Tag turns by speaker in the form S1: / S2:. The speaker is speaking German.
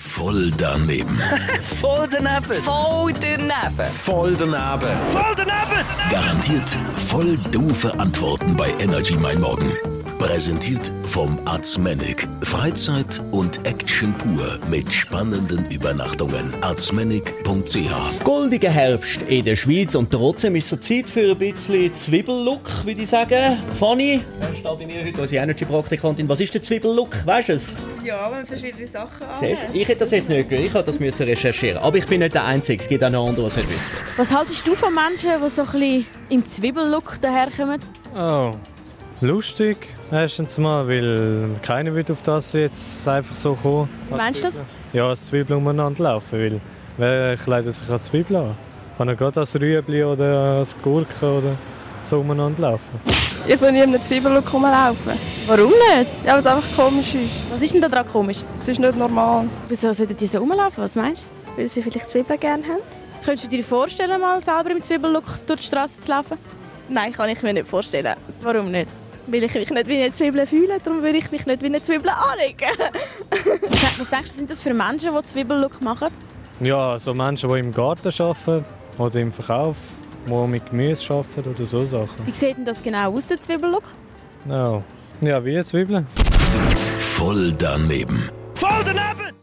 S1: Voll daneben.
S2: Voll daneben.
S3: Voll daneben.
S1: Voll daneben.
S2: Voll daneben.
S1: Garantiert voll doofe Antworten bei Energy Mein Morgen. Präsentiert vom Arzmenig. Freizeit und Action pur mit spannenden Übernachtungen. Arzmenig.ch
S4: Goldiger Herbst in der Schweiz und trotzdem ist es Zeit für ein bisschen Zwiebellook, würde ich sagen. Fanny, da steht bei mir heute unsere Energy-Praktikantin. Was ist der Zwiebellook? Weißt du es?
S5: Ja, wenn verschiedene Sachen
S4: Siehst
S5: anhat.
S4: du? Ich hätte das jetzt nicht gewusst. Ich hätte das müssen recherchieren. Aber ich bin nicht der Einzige. Es gibt auch noch andere, die es nicht wissen.
S6: Was haltest du von Menschen, die so ein bisschen im Zwiebellook daherkommen?
S7: Oh, lustig. Erstens mal, weil keiner wird auf das jetzt einfach so kommen.
S6: Meinst du das?
S7: Ja, als Zwiebel umeinander laufen, weil wer kleidet sich als Zwiebel an? Kann er gerade als Rüebli oder als Gurke oder so umeinander laufen?
S8: Ich will nie in einem Zwiebellook rumlaufen,
S6: Warum nicht?
S8: ja, weil es einfach komisch ist.
S6: Was ist denn da dran komisch?
S8: Es ist nicht normal.
S6: Wieso sollten die so rumlaufen? Was meinst du?
S5: Weil sie vielleicht Zwiebeln gerne haben?
S6: Könntest du dir vorstellen, mal selber im Zwiebellook durch die Straße zu laufen?
S5: Nein, kann ich mir nicht vorstellen.
S6: Warum nicht?
S5: Weil ich mich nicht wie eine Zwiebel fühle, darum würde ich mich nicht wie eine Zwiebel anlegen.
S6: Was, was denkst du, sind das für Menschen, die Zwiebellook machen?
S7: Ja, so Menschen, die im Garten arbeiten oder im Verkauf, die mit Gemüse arbeiten oder so Sachen. Oh.
S6: Wie sieht denn das genau aus, der Zwiebellook?
S7: Ja, ja wie Zwiebeln.
S1: Voll daneben.
S2: Voll daneben.